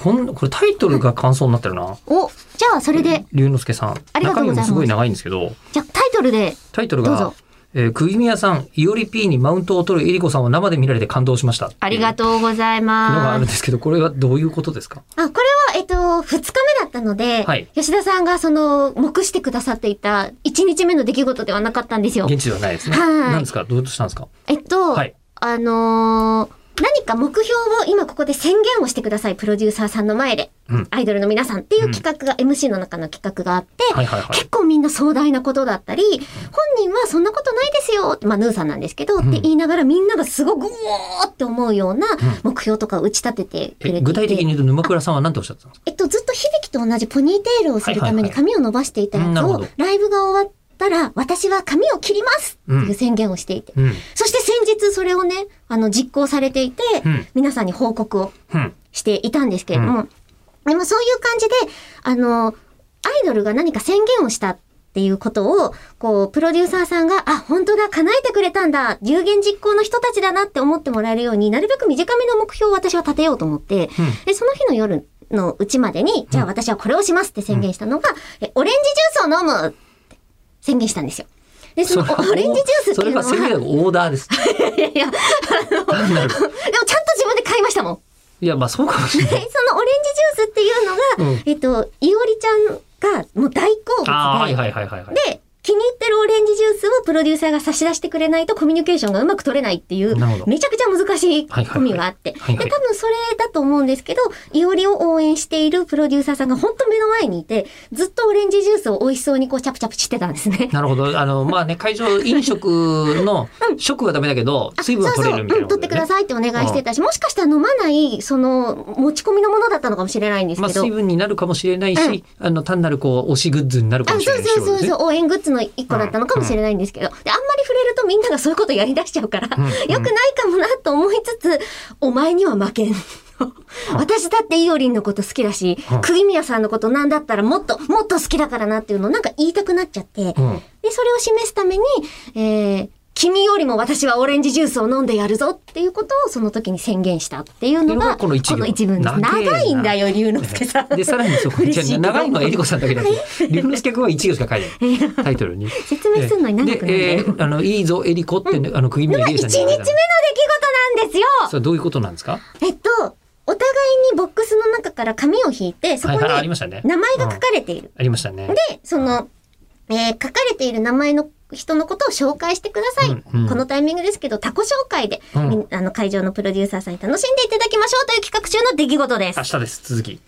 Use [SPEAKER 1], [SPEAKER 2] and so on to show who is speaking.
[SPEAKER 1] こんこれタイトルが感想になってるな。
[SPEAKER 2] お、じゃあそれで、
[SPEAKER 1] 龍之介さん。
[SPEAKER 2] ありがとうご
[SPEAKER 1] 中
[SPEAKER 2] ざいます
[SPEAKER 1] 身もすごい長いんですけど、
[SPEAKER 2] じゃあタイトルで、
[SPEAKER 1] タイトル
[SPEAKER 2] どう
[SPEAKER 1] が
[SPEAKER 2] ぞ、
[SPEAKER 1] えー、釘宮さん、いおり P にマウントを取るえりこさんを生で見られて感動しました。
[SPEAKER 2] ありが
[SPEAKER 1] と
[SPEAKER 2] とうございう
[SPEAKER 1] のがあ
[SPEAKER 2] ま
[SPEAKER 1] るん
[SPEAKER 2] す。
[SPEAKER 1] ですけど、これはどういうことですか
[SPEAKER 2] あ、これは、えっと、2日目だったので、
[SPEAKER 1] はい
[SPEAKER 2] 吉田さんがその、目してくださっていた1日目の出来事ではなかったんですよ。
[SPEAKER 1] 現地ではないですね。
[SPEAKER 2] はい
[SPEAKER 1] 何ですかどうしたんですか
[SPEAKER 2] えっと、
[SPEAKER 1] はい
[SPEAKER 2] あのー何か目標を今ここで宣言をしてください、プロデューサーさんの前で。
[SPEAKER 1] うん
[SPEAKER 2] アイドルの皆さんっていう企画が、MC の中の企画があって、
[SPEAKER 1] はいはい はい
[SPEAKER 2] 結構みんな壮大なことだったり、本人はそんなことないですよ、まあ、ヌーさんなんですけど、って言いながらみんながすごく、うおーって思うような目標とかを打ち立ててくれていて、
[SPEAKER 1] え具体的に言うと沼倉さんは何ておっしゃってたんですか
[SPEAKER 2] えっと、ずっと響きと同じポニーテールをするために
[SPEAKER 1] はいは
[SPEAKER 2] 髪を伸ばしていたや
[SPEAKER 1] うんな
[SPEAKER 2] つ
[SPEAKER 1] るほ
[SPEAKER 2] を
[SPEAKER 1] ど、
[SPEAKER 2] ライブが終わったら、私は髪を切りますっていう宣言をしていて。
[SPEAKER 1] うん。
[SPEAKER 2] そして先日それをね、あの、実行されていて、
[SPEAKER 1] うん
[SPEAKER 2] 皆さんに報告を
[SPEAKER 1] うん。
[SPEAKER 2] していたんですけれども、でもそういう感じで、あの、アイドルが何か宣言をしたっていうことを、こう、プロデューサーさんが、あ、本当だ、叶えてくれたんだ、有言実行の人たちだなって思ってもらえるようになるべく短めの目標を私は立てようと思って、で、その日の夜のうちまでに、じゃあ私はこれをしますって宣言したのが、えオレンジジュースを飲むって宣言したんですよ。で、その
[SPEAKER 1] は
[SPEAKER 2] オレンジジュースっ
[SPEAKER 1] そ
[SPEAKER 2] て
[SPEAKER 1] れ
[SPEAKER 2] いうのは
[SPEAKER 1] は、宣言のオーダー です。
[SPEAKER 2] いやいや、あの、でもちゃんと自分で買いましたもん。
[SPEAKER 1] いや、まあそうかもしれ
[SPEAKER 2] で、 そ
[SPEAKER 1] ない。
[SPEAKER 2] のオレンジジュースっていうのが、
[SPEAKER 1] うん
[SPEAKER 2] えっと、いおりちゃんがもう大好物で、
[SPEAKER 1] ああ、はいはいはいはいはい。
[SPEAKER 2] で、気に入ってるオレンジジュースをプロデューサーが差し出してくれないとコミュニケーションがうまく取れないっていう
[SPEAKER 1] なるほど、
[SPEAKER 2] めちゃくちゃ難しい
[SPEAKER 1] はいはいはい
[SPEAKER 2] コミがあって。で、
[SPEAKER 1] はい
[SPEAKER 2] 多
[SPEAKER 1] はい
[SPEAKER 2] 分それだと思うんですけど、いおりを応援しているプロデューサーさんが本当目の前にいて、ずっとオレンジジュースを美味しそうにこうチャプチャプしてたんですね。
[SPEAKER 1] なるほど。あの、まあね、会場、飲食の、食はダメだけど、水分は取れるみたいな
[SPEAKER 2] そうそう、う
[SPEAKER 1] こと
[SPEAKER 2] ん、取っ
[SPEAKER 1] で
[SPEAKER 2] て
[SPEAKER 1] ね、
[SPEAKER 2] くださいってお願いしてたし、もしかしたら飲まない、その、持ち込みのものだったのかもしれないんです
[SPEAKER 1] まあ、
[SPEAKER 2] けど。
[SPEAKER 1] 水分になるかもしれないし、
[SPEAKER 2] うん
[SPEAKER 1] あの単なるこう推しグッズになるか
[SPEAKER 2] あ
[SPEAKER 1] もしれ
[SPEAKER 2] そ
[SPEAKER 1] な
[SPEAKER 2] う
[SPEAKER 1] いし、
[SPEAKER 2] そうそう
[SPEAKER 1] ね
[SPEAKER 2] そう、応援グッズの一個だったのかもしれないんですけど、であんまり触れるとみんながそういうことやり出しちゃうから、
[SPEAKER 1] んうん
[SPEAKER 2] よくないかもなと思いつつ、お前には負けん。私だっていおりんのこと好きだし
[SPEAKER 1] うん、
[SPEAKER 2] 釘宮さんのことなんだったらもっと、もっと好きだからなっていうのをなんか言いたくなっちゃって、で、
[SPEAKER 1] うん
[SPEAKER 2] それを示すために、えー君よりも私はオレンジジュースを飲んでやるぞっていうことをその時に宣言したっていうの
[SPEAKER 1] っていうのが
[SPEAKER 2] が、
[SPEAKER 1] この一行
[SPEAKER 2] 文です。
[SPEAKER 1] 長えな
[SPEAKER 2] 長いんだよ、龍之介さん。
[SPEAKER 1] で、さらにそこ、
[SPEAKER 2] 嬉しい
[SPEAKER 1] じゃあ長いのはえりこさんだけだけど、龍之介君は1行しか書いてない。タイトルに。
[SPEAKER 2] 説明するのに長くなるんだ
[SPEAKER 1] で、
[SPEAKER 2] よ
[SPEAKER 1] えーあの、いいぞ、えりこってね、あの、釘
[SPEAKER 2] の
[SPEAKER 1] 宮
[SPEAKER 2] が
[SPEAKER 1] 理
[SPEAKER 2] 一
[SPEAKER 1] 恵さん
[SPEAKER 2] 日目の出来事なんですよ
[SPEAKER 1] それはどういうことなんですか
[SPEAKER 2] えっと、お互いにボックスの中から紙を引いて、そこ
[SPEAKER 1] はい
[SPEAKER 2] に
[SPEAKER 1] はい、あり
[SPEAKER 2] 名
[SPEAKER 1] ましたね。
[SPEAKER 2] 前が書かれている。
[SPEAKER 1] ありましたね。
[SPEAKER 2] で、その、えー書かれている名前の人のことを紹介してください。
[SPEAKER 1] うんうん
[SPEAKER 2] このタイミングですけど、他己紹介で、
[SPEAKER 1] うん
[SPEAKER 2] みんあの会場のプロデューサーさんに楽しんでいただきましょうという企画中の出来事です
[SPEAKER 1] 明。日です、続き。